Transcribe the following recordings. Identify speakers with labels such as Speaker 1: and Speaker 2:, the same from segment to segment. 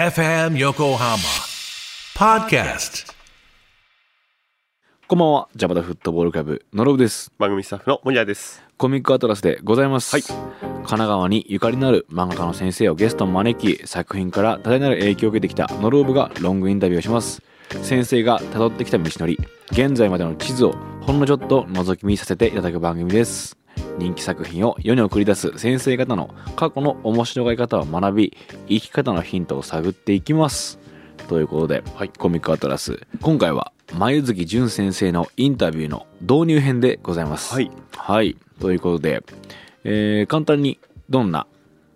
Speaker 1: FM Yokohama Podcast.
Speaker 2: こんばんは、ジャパダフットボールクラブのロブです。
Speaker 3: 番組スタッフの森谷です。
Speaker 2: コミックアトラスでございます。
Speaker 3: はい
Speaker 2: 神奈川にゆかりのある漫画家の先生をゲストに招き、作品から多大なる影響を受けてきたノロブがロングインタビューをします。先生が辿ってきた道のり、現在までの地図をほんのちょっと覗き見させていただく番組です。人気作品を世に送り出す先生方の過去の面白がり方を学び、生き方のヒントを探っていきます。ということで、コミックアトラス今回は前月淳先生のインタビューの導入編でございます。
Speaker 3: はい、
Speaker 2: はい、ということで、えー簡単にどんな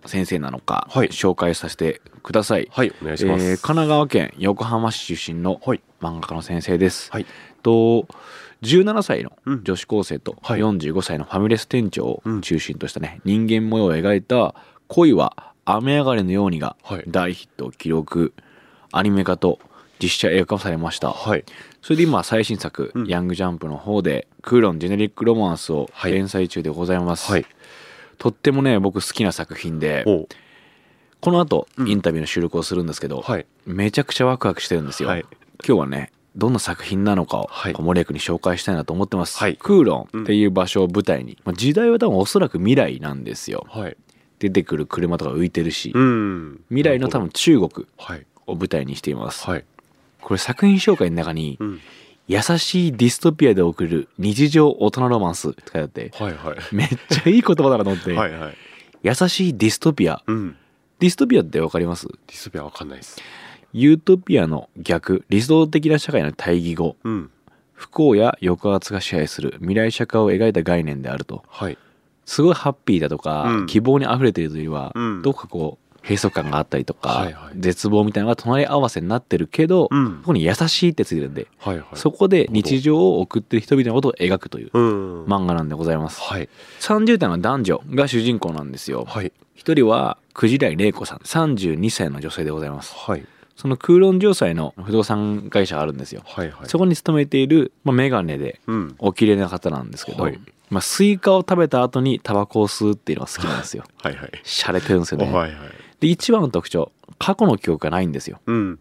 Speaker 2: 先生なのか、
Speaker 3: はい
Speaker 2: 紹介させてください。
Speaker 3: はい、お願いします。
Speaker 2: えー神奈川県横浜市出身の
Speaker 3: はい
Speaker 2: 漫画家の先生です。
Speaker 3: はい
Speaker 2: と17歳の
Speaker 3: うん
Speaker 2: 女子高生と
Speaker 3: はい
Speaker 2: 45歳のファミレス店長を
Speaker 3: うん
Speaker 2: 中心としたね、人間模様を描いた「恋は雨上がりのように」が
Speaker 3: はい
Speaker 2: 大ヒットを記録アニメ化と実写映画化されました
Speaker 3: はい、
Speaker 2: それで今最新作「
Speaker 3: うん
Speaker 2: ヤングジャンプ」の方で「クーロンジェネリック・ロマンス」を
Speaker 3: はい
Speaker 2: 連載中でございます、
Speaker 3: はい、
Speaker 2: とってもね僕好きな作品で
Speaker 3: おう
Speaker 2: この後
Speaker 3: うん
Speaker 2: インタビューの収録をするんですけど、
Speaker 3: はい、
Speaker 2: めちゃくちゃワクワクしてるんですよ、
Speaker 3: はい
Speaker 2: 今日はねどんな作品なのかを
Speaker 3: はい
Speaker 2: 森役に紹介したいなと思ってます、
Speaker 3: はい
Speaker 2: クーロンっていう場所を舞台に、まあ時代は多分おそらく未来なんですよ
Speaker 3: はい、
Speaker 2: 出てくる車とか浮いてるし、
Speaker 3: うん、
Speaker 2: 未来の多分中国
Speaker 3: はい、
Speaker 2: を舞台にしています、
Speaker 3: はい、
Speaker 2: これ作品紹介の中に、
Speaker 3: うん、
Speaker 2: 優しいディストピアで送る日常大人ロマンスって書いてあって
Speaker 3: はい、は
Speaker 2: めっちゃいい言葉だなと思って、
Speaker 3: い、はい、はい、
Speaker 2: 優しいディストピア
Speaker 3: うん、デ
Speaker 2: ディストピアってわかります
Speaker 3: ィストピアわかんないです。
Speaker 2: ユートピアの逆理想的な社会の対義語
Speaker 3: うん、
Speaker 2: 不幸や抑圧が支配する未来社会を描いた概念であると
Speaker 3: はい、
Speaker 2: すごいハッピーだとか、
Speaker 3: うん
Speaker 2: 希望にあふれているというよりは、
Speaker 3: うん
Speaker 2: どこかこう閉塞感があったりとか、
Speaker 3: はいはい
Speaker 2: 絶望みたいなのが隣り合わせになってるけど、
Speaker 3: うん
Speaker 2: こ、こに優しいってついてるんで、
Speaker 3: はい、はい、
Speaker 2: そこで日常を送ってる人々のことを描くという
Speaker 3: うん、
Speaker 2: 漫画なんでございます
Speaker 3: はい、
Speaker 2: 30代の男女が主人公なんですよ
Speaker 3: はい、
Speaker 2: 一人はクジライ玲子さん32歳の女性でございます
Speaker 3: はい、
Speaker 2: その空論城西の不動産会社があるんですよ
Speaker 3: はい、はい、
Speaker 2: そこに勤めている、まあ、メガネで
Speaker 3: うん、
Speaker 2: お綺麗な方なんですけど、
Speaker 3: はい
Speaker 2: まあ、スイカを食べた後にタバコを吸うっていうのが好きなんですよ
Speaker 3: はい、はい、
Speaker 2: 洒落てるんですよ
Speaker 3: お
Speaker 2: ね
Speaker 3: はい、はい、
Speaker 2: で一番の特徴過去の記憶がないんですよ
Speaker 3: うん、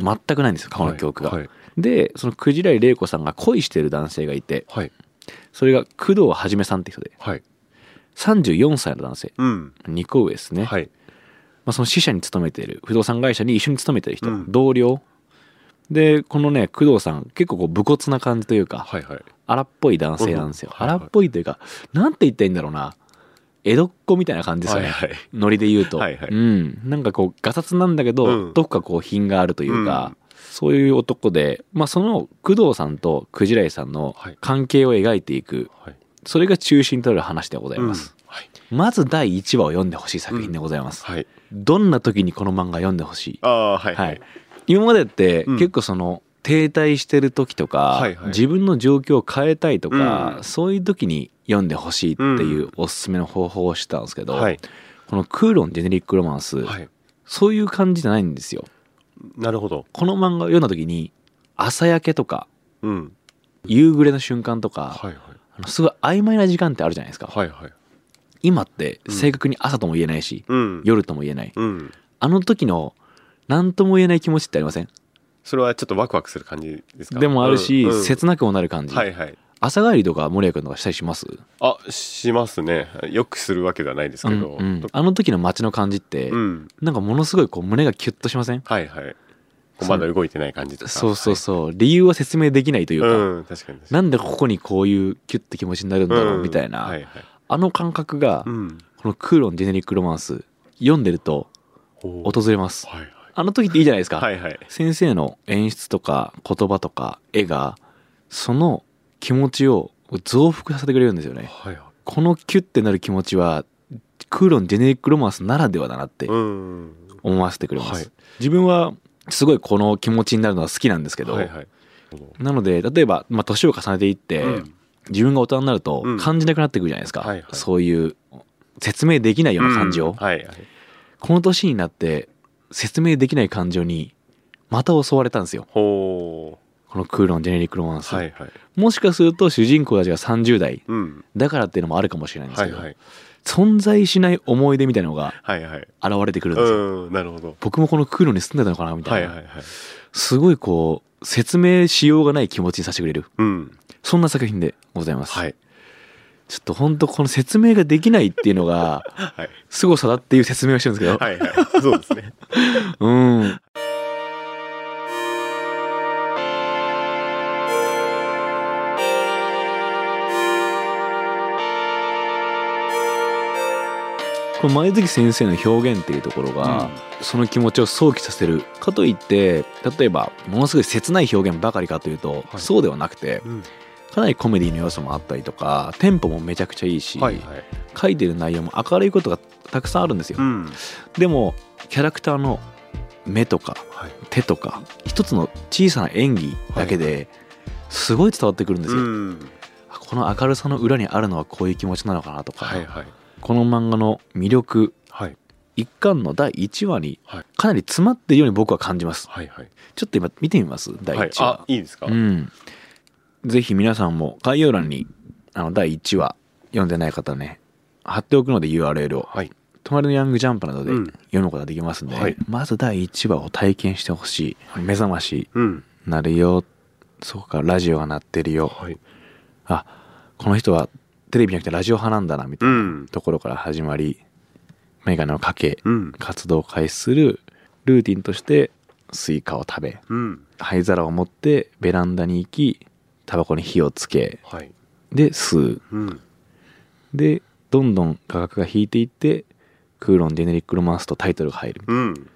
Speaker 2: 全くないんですよ過去の記憶が、
Speaker 3: はい、
Speaker 2: でそのクジライ玲子さんが恋してる男性がいて
Speaker 3: はい、
Speaker 2: それが工藤はじめさんって人で
Speaker 3: はい、
Speaker 2: 34歳の男性
Speaker 3: うん、
Speaker 2: 2個上ですね、
Speaker 3: はい、
Speaker 2: まあ、その支社に勤めている不動産会社に一緒に勤めている人、
Speaker 3: うん
Speaker 2: 同僚でこのね工藤さん結構こう武骨な感じというか、
Speaker 3: はい、はい、
Speaker 2: 荒っぽい男性なんですよ、
Speaker 3: うんはいはい
Speaker 2: 荒っぽいというかなんて言ったらいいんだろうな江戸っ子みたいな感じですよね、
Speaker 3: はいはい
Speaker 2: ノリで言うと、
Speaker 3: はいはい
Speaker 2: うん、なんかこうガサツなんだけど、
Speaker 3: うん
Speaker 2: どっかこう品があるというか、
Speaker 3: うん
Speaker 2: そういう男で、まあ、その工藤さんとクジライさんの
Speaker 3: はい
Speaker 2: 関係を描いていく
Speaker 3: はい、
Speaker 2: それが中心となる話でございます、、
Speaker 3: はい、
Speaker 2: まず第1話を読んでほしい作品でございます、
Speaker 3: はい、
Speaker 2: どんな時にこの漫画読んでほしい
Speaker 3: ああ、はい、
Speaker 2: は
Speaker 3: はいい、、
Speaker 2: 今までって
Speaker 3: うん
Speaker 2: 結構その停滞してる時とか、
Speaker 3: はいはい
Speaker 2: 自分の状況を変えたいとか、
Speaker 3: うん
Speaker 2: そういう時に読んでほしいっていううおすすめの方法をしてたんですけど、
Speaker 3: はい、
Speaker 2: この「クーロン・ジェネリック・ロマンス、
Speaker 3: はい、
Speaker 2: そういう感じじゃないんですよ。
Speaker 3: なるほど、
Speaker 2: この漫画を読んだ時に朝焼けとか
Speaker 3: うん、
Speaker 2: 夕暮れの瞬間とか、
Speaker 3: はい、はい、
Speaker 2: あのすごい曖昧な時間ってあるじゃないですか、
Speaker 3: はい、はい、
Speaker 2: 今って
Speaker 3: うん
Speaker 2: 正確に朝とも言えないし、
Speaker 3: うん、
Speaker 2: 夜とも言えない
Speaker 3: うん。
Speaker 2: あの時の何とも言えない気持ちってありません
Speaker 3: それはちょっとワクワクする感じですか
Speaker 2: でもあるし、
Speaker 3: うんうん
Speaker 2: 切なくもなる感じ、
Speaker 3: はいはい
Speaker 2: 朝帰りとか森谷君とかしたりします
Speaker 3: あしますねよくするわけではないですけ
Speaker 2: う
Speaker 3: ど
Speaker 2: んうんあの時の街の感じって、
Speaker 3: うん
Speaker 2: なんかものすごいこう胸がキュッとしません
Speaker 3: はいはい
Speaker 2: そ
Speaker 3: こ
Speaker 2: う
Speaker 3: うまだ動いてない感じとか
Speaker 2: そうそうそう、理由は説明できないという
Speaker 3: はい
Speaker 2: か、
Speaker 3: うん確かに確か
Speaker 2: なんでここにこういうキュッて気持ちになるん
Speaker 3: に
Speaker 2: だろう
Speaker 3: うん
Speaker 2: みたいな、
Speaker 3: はいはい
Speaker 2: あの感覚が、
Speaker 3: うん
Speaker 2: この「クーロン・ジェネリック・ロマンス」読んでると
Speaker 3: おー
Speaker 2: 訪れます、
Speaker 3: はいはい
Speaker 2: あの時っていいじゃないですか、
Speaker 3: はいはい
Speaker 2: 先生の演出とか言葉とか絵がその気持ちを増幅させてくれるんですよね
Speaker 3: はいは
Speaker 2: このキュッてなる気持ちはクーロン・ジェネリック・ロマンスならではだなって
Speaker 3: いうん
Speaker 2: 思わせてくれます、
Speaker 3: はい
Speaker 2: 自分はすごいこの気持ちになるのは好きなんですけど、
Speaker 3: はいはい
Speaker 2: なので例えば、まあ、年を重ねていって、
Speaker 3: うん
Speaker 2: 自分が大人になると
Speaker 3: うん
Speaker 2: 感じなくなってくるじゃないですか、
Speaker 3: はいはい
Speaker 2: そういう説明できないような感情、
Speaker 3: うんはいはい
Speaker 2: この年になって説明できない感情にまた襲われたんですよ
Speaker 3: ほ
Speaker 2: このクーロン・ジェネリック・ロマン
Speaker 3: う
Speaker 2: ス、
Speaker 3: はいはい
Speaker 2: もしかすると主人公たちが30代
Speaker 3: うん
Speaker 2: だからっていうのもあるかもしれないんです
Speaker 3: は
Speaker 2: け
Speaker 3: い
Speaker 2: ど、
Speaker 3: はい
Speaker 2: 存在しない思い出みたいなのが
Speaker 3: はいはい。
Speaker 2: 現れてくるんですよ、
Speaker 3: うん、なるほど。
Speaker 2: 僕もこの空路に住んでたのかなみた
Speaker 3: はいい
Speaker 2: な、
Speaker 3: はいはい。
Speaker 2: すごいこう説明しようがない気持ちにさせてくれる
Speaker 3: うん。
Speaker 2: そんな作品でございます、
Speaker 3: はい。
Speaker 2: ちょっと本当この説明ができないっていうのが
Speaker 3: はい。
Speaker 2: 凄さだっていう説明をしてるんですけど、
Speaker 3: はいはい。そうですね。
Speaker 2: うんこの前月先生の表現っていうところが、その気持ちを想起させるかといって例えばものすごい切ない表現ばかりかというと、
Speaker 3: はい
Speaker 2: そうではなくて
Speaker 3: うん。
Speaker 2: かなりコメディの要素もあったりとかテンポもめちゃくちゃいいし、
Speaker 3: はいはい。
Speaker 2: 書いてる内容も明るいことがたくさんあるんですよ。
Speaker 3: うん。
Speaker 2: でもキャラクターの目とか
Speaker 3: はい。
Speaker 2: 手とか一つの小さな演技だけですごい伝わってくるんです
Speaker 3: う
Speaker 2: よ、
Speaker 3: ん。
Speaker 2: あこの明るさの裏にあるのはこういう気持ちなのかなとか、
Speaker 3: はいはい。
Speaker 2: この漫画の魅力
Speaker 3: はい。
Speaker 2: 一巻の第1話に
Speaker 3: はい
Speaker 2: かなり詰まってるように僕は感じます
Speaker 3: はいはい。
Speaker 2: ちょっと今見てみます第
Speaker 3: はい。
Speaker 2: 1話、
Speaker 3: あ、いいですか
Speaker 2: うんぜひ皆さんも概要欄にあの第1話読んでない方ね貼っておくので URL を
Speaker 3: はい。
Speaker 2: 隣のヤングジャンプなどで
Speaker 3: うん
Speaker 2: 読むことができますんで、
Speaker 3: はい
Speaker 2: まず第1話を体験してほしい目覚まし
Speaker 3: うん。
Speaker 2: なるよそうかラジオが鳴ってるよ
Speaker 3: はい。
Speaker 2: あこの人はテレビじゃなくてラジオ派なんだなみた
Speaker 3: う。
Speaker 2: いなんところから始まりメガネをかけ
Speaker 3: うん。
Speaker 2: 活動を開始するルーティンとしてスイカを食べ
Speaker 3: うん。
Speaker 2: 灰皿を持ってベランダに行きタバコに火をつけ
Speaker 3: はい。
Speaker 2: で吸う
Speaker 3: うん。
Speaker 2: でどんどん価格が引いていって「クーロン・ジェネリック・ロマンス」とタイトルが入る
Speaker 3: うん。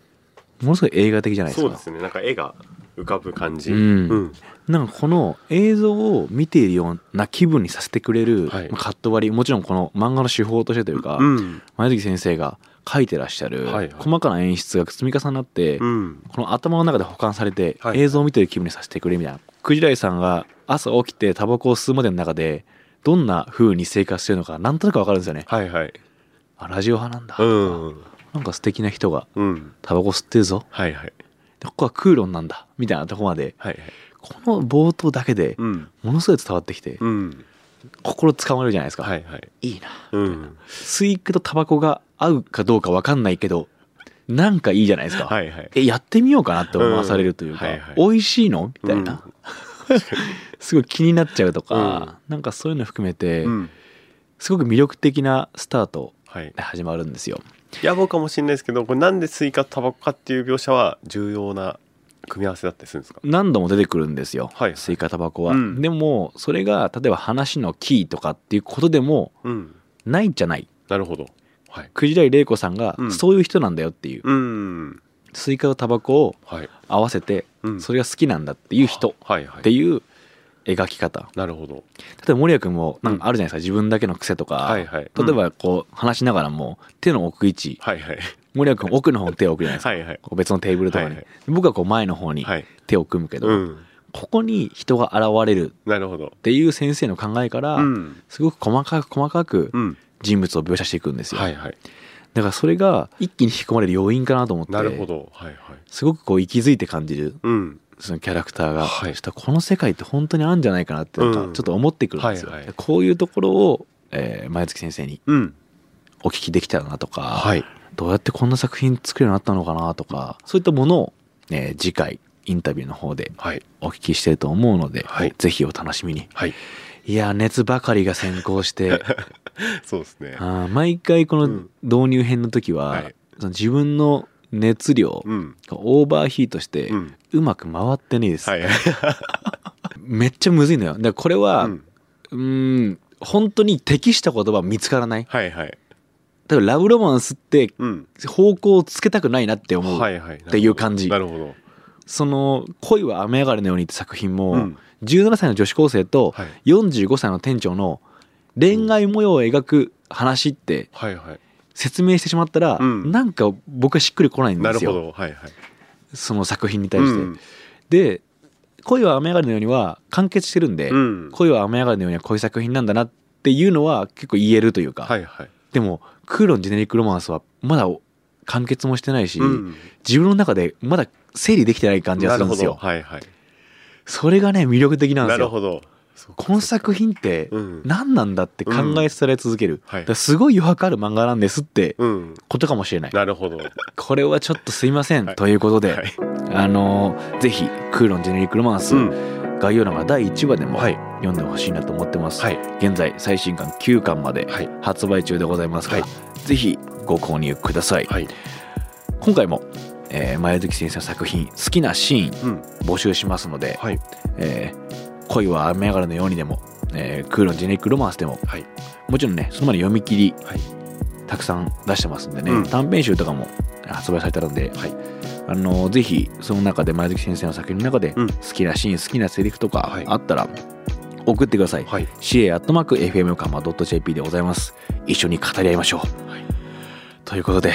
Speaker 2: ものすごい映画的じゃないです
Speaker 3: そう
Speaker 2: か
Speaker 3: ですね。なんか絵が浮かぶ感じ。
Speaker 2: うんなんかこの映像を見ているような気分にさせてくれる
Speaker 3: はい
Speaker 2: カット割りもちろんこの漫画の手法としてというか
Speaker 3: うん。
Speaker 2: 前月先生が書いてらっしゃる
Speaker 3: はいはい
Speaker 2: 細かな演出が積み重なって
Speaker 3: うん。
Speaker 2: この頭の中で保管されて
Speaker 3: はい
Speaker 2: 映像を見てる気分にさせてくれるみたいなクジライさんが朝起きてタバコを吸うまでの中でどんな風に生活してるのかなんとなくわかるんですよね
Speaker 3: はいはい。
Speaker 2: あラジオ派なんだ
Speaker 3: うん。
Speaker 2: なんか素敵な人が
Speaker 3: うん。
Speaker 2: タバコ吸ってるぞ
Speaker 3: はいはい。
Speaker 2: でここはクーロンなんだみたいなとこまで
Speaker 3: はいはい。
Speaker 2: この冒頭だけで
Speaker 3: うん。
Speaker 2: ものすごい伝わってきて
Speaker 3: うん。
Speaker 2: 心つかまれるじゃないですか、
Speaker 3: はいはい。
Speaker 2: い、いな
Speaker 3: うん。
Speaker 2: スイカとタバコが合うかどうか分かんないけどなんかいいじゃないですか、
Speaker 3: はいはい。
Speaker 2: えやってみようかなって思わされるというか、
Speaker 3: うんはいはい
Speaker 2: 美味しいのみたいな、 すごい気になっちゃうとか、なんかそういうの含めて、
Speaker 3: うん。
Speaker 2: すごく魅力的なスタート
Speaker 3: はい。
Speaker 2: で始まるんですよ
Speaker 3: 野望かもしれないですけど、これなんでスイカタバコかっていう描写は重要な組み合わせだったりするんですか。
Speaker 2: 何度も出てくるんですよ、
Speaker 3: はい
Speaker 2: スイカタバコは、
Speaker 3: うん
Speaker 2: でもそれが例えば話のキーとかっていうことでも
Speaker 3: うん。
Speaker 2: ないじゃない
Speaker 3: なるほど。はい。
Speaker 2: クジライ玲子さんが
Speaker 3: うん
Speaker 2: そういう人なんだよっていう、
Speaker 3: うん。
Speaker 2: スイカとタバコを
Speaker 3: はい。
Speaker 2: 合わせて
Speaker 3: うん
Speaker 2: それが好きなんだっていう人
Speaker 3: はいはい。
Speaker 2: っていう描き方
Speaker 3: なるほど。
Speaker 2: 例えば森谷君もなんかあるじゃないですか自分だけの癖とか
Speaker 3: は
Speaker 2: 例
Speaker 3: いはい。
Speaker 2: え
Speaker 3: うん。
Speaker 2: ばこう話しながらも手の置く位置
Speaker 3: はいはい。
Speaker 2: 森谷君奥の方に手を置くじゃないですか
Speaker 3: はいはい。
Speaker 2: こう別のテーブルとか
Speaker 3: はい
Speaker 2: に
Speaker 3: はい
Speaker 2: 僕はこう前の方に
Speaker 3: はい。
Speaker 2: 手を組むけ
Speaker 3: う
Speaker 2: ど
Speaker 3: ん。
Speaker 2: ここに人が現れる
Speaker 3: なるほど
Speaker 2: っ。ていう先生の考えから
Speaker 3: うん。
Speaker 2: すごく細かく細かく
Speaker 3: うん。
Speaker 2: 人物を描写していくんですよ
Speaker 3: はい
Speaker 2: だ
Speaker 3: はい。
Speaker 2: からそれが一気に引き込まれる要因かなと思って
Speaker 3: なるほど。はいはい。
Speaker 2: すごくこう息づいて感じる
Speaker 3: うん。
Speaker 2: そのキャラクターが、
Speaker 3: はい
Speaker 2: したこの世界って本当にあるんじゃないかなってなんか
Speaker 3: うん
Speaker 2: ちょっと思ってくるんですよ、
Speaker 3: はいはい
Speaker 2: こういうところを、えー前月先生に
Speaker 3: うん。
Speaker 2: お聞きできたらなとか、
Speaker 3: はい。
Speaker 2: どうやってこんな作品作るようになったのかなとかそういったものを、えー次回インタビューの方で
Speaker 3: はい。
Speaker 2: お聞きしてると思うので、
Speaker 3: はい
Speaker 2: ぜひお楽しみに
Speaker 3: はい。
Speaker 2: いやー熱ばかりが先行して
Speaker 3: そうですね。
Speaker 2: あー毎回こ
Speaker 3: う
Speaker 2: の
Speaker 3: ん
Speaker 2: 導入編の時は、
Speaker 3: はい
Speaker 2: その自分の熱量
Speaker 3: うん。
Speaker 2: がオーバーヒートして
Speaker 3: うん。
Speaker 2: うまく回ってねえです、
Speaker 3: はい。
Speaker 2: めっちゃむずいのよだからこれは、
Speaker 3: うん
Speaker 2: うーん本当に適した言葉は見つからない
Speaker 3: はいはい。
Speaker 2: 例えばラブロマンスって
Speaker 3: うん。
Speaker 2: 方向をつけたくないなって思う、
Speaker 3: はいはい。
Speaker 2: っていう感じ
Speaker 3: なるほど。
Speaker 2: その「恋は雨上がりのように」って作品も、
Speaker 3: うん
Speaker 2: 17歳の女子高生と
Speaker 3: はい
Speaker 2: 45歳の店長の恋愛模様を描く話って
Speaker 3: はいはい。
Speaker 2: 説明してしまったら、
Speaker 3: うん
Speaker 2: なんか僕はしっくりこないん
Speaker 3: な
Speaker 2: で
Speaker 3: る
Speaker 2: す
Speaker 3: ほ
Speaker 2: よ
Speaker 3: ど。はいはい。
Speaker 2: その作品に対
Speaker 3: う
Speaker 2: して。
Speaker 3: ん。
Speaker 2: で「恋は雨上がりのように」は完結してるんで、
Speaker 3: うん
Speaker 2: 恋は雨上がりのようにはこういう作品なんだなっていうのは結構言えるというか、
Speaker 3: はいはい。
Speaker 2: でも「クーロン・ジェネリック・ロマンス」はまだ完結もしてないし、
Speaker 3: うん
Speaker 2: 自分の中でまだ整理できてない感じが
Speaker 3: な
Speaker 2: する
Speaker 3: る
Speaker 2: んで
Speaker 3: ほ
Speaker 2: す
Speaker 3: ど。
Speaker 2: よ
Speaker 3: はいはい。
Speaker 2: それがね魅力的なんで
Speaker 3: な
Speaker 2: す
Speaker 3: る
Speaker 2: よ
Speaker 3: ほど。すごく
Speaker 2: この作品って
Speaker 3: うん
Speaker 2: 何なんだって考えされ続ける、
Speaker 3: はい
Speaker 2: だからすごい余白ある漫画なんですって
Speaker 3: うん
Speaker 2: ことかもしれない、
Speaker 3: なるほど
Speaker 2: これはちょっとすいません、
Speaker 3: はい
Speaker 2: ということで、
Speaker 3: はい
Speaker 2: あのーぜひ「クーロンジェネリック・ロマンス」
Speaker 3: うん
Speaker 2: 概要欄から第1話でも
Speaker 3: はい
Speaker 2: 読んでほしいなと思ってます、
Speaker 3: はい
Speaker 2: 現在最新巻9巻まで
Speaker 3: はい
Speaker 2: 発売中でございますから、
Speaker 3: は
Speaker 2: ぜひご購入ください、
Speaker 3: はい
Speaker 2: 今回も、えー前月先生の作品「好きなシーン
Speaker 3: うん」
Speaker 2: 募集しますので、
Speaker 3: はい
Speaker 2: えー恋は雨上がりのように」でも、えークーロンジェネリック・ロマンス」でも
Speaker 3: はい
Speaker 2: もちろんねその前に読み切り
Speaker 3: はい
Speaker 2: たくさん出してますんでね、
Speaker 3: うん
Speaker 2: 短編集とかも発売されたので、
Speaker 3: はい
Speaker 2: あのぜひその中で前月先生の作品の中で
Speaker 3: う
Speaker 2: 好
Speaker 3: ん
Speaker 2: きなシーン、好きなセリフとか
Speaker 3: はい
Speaker 2: あったら送ってください、
Speaker 3: はい、
Speaker 2: ca.fmkama.jp でございます一緒に語り合いましょう、
Speaker 3: はい
Speaker 2: ということで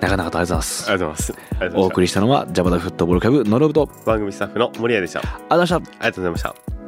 Speaker 2: なかなかとありがとうございま
Speaker 3: あ
Speaker 2: す
Speaker 3: りがとうございますありがとう
Speaker 2: お
Speaker 3: ござい
Speaker 2: 送りしたのはジャパダフットボールクラブノルブと
Speaker 3: ます番組スタッフの森谷でしたあり
Speaker 2: ありがとうございました
Speaker 3: がとうございました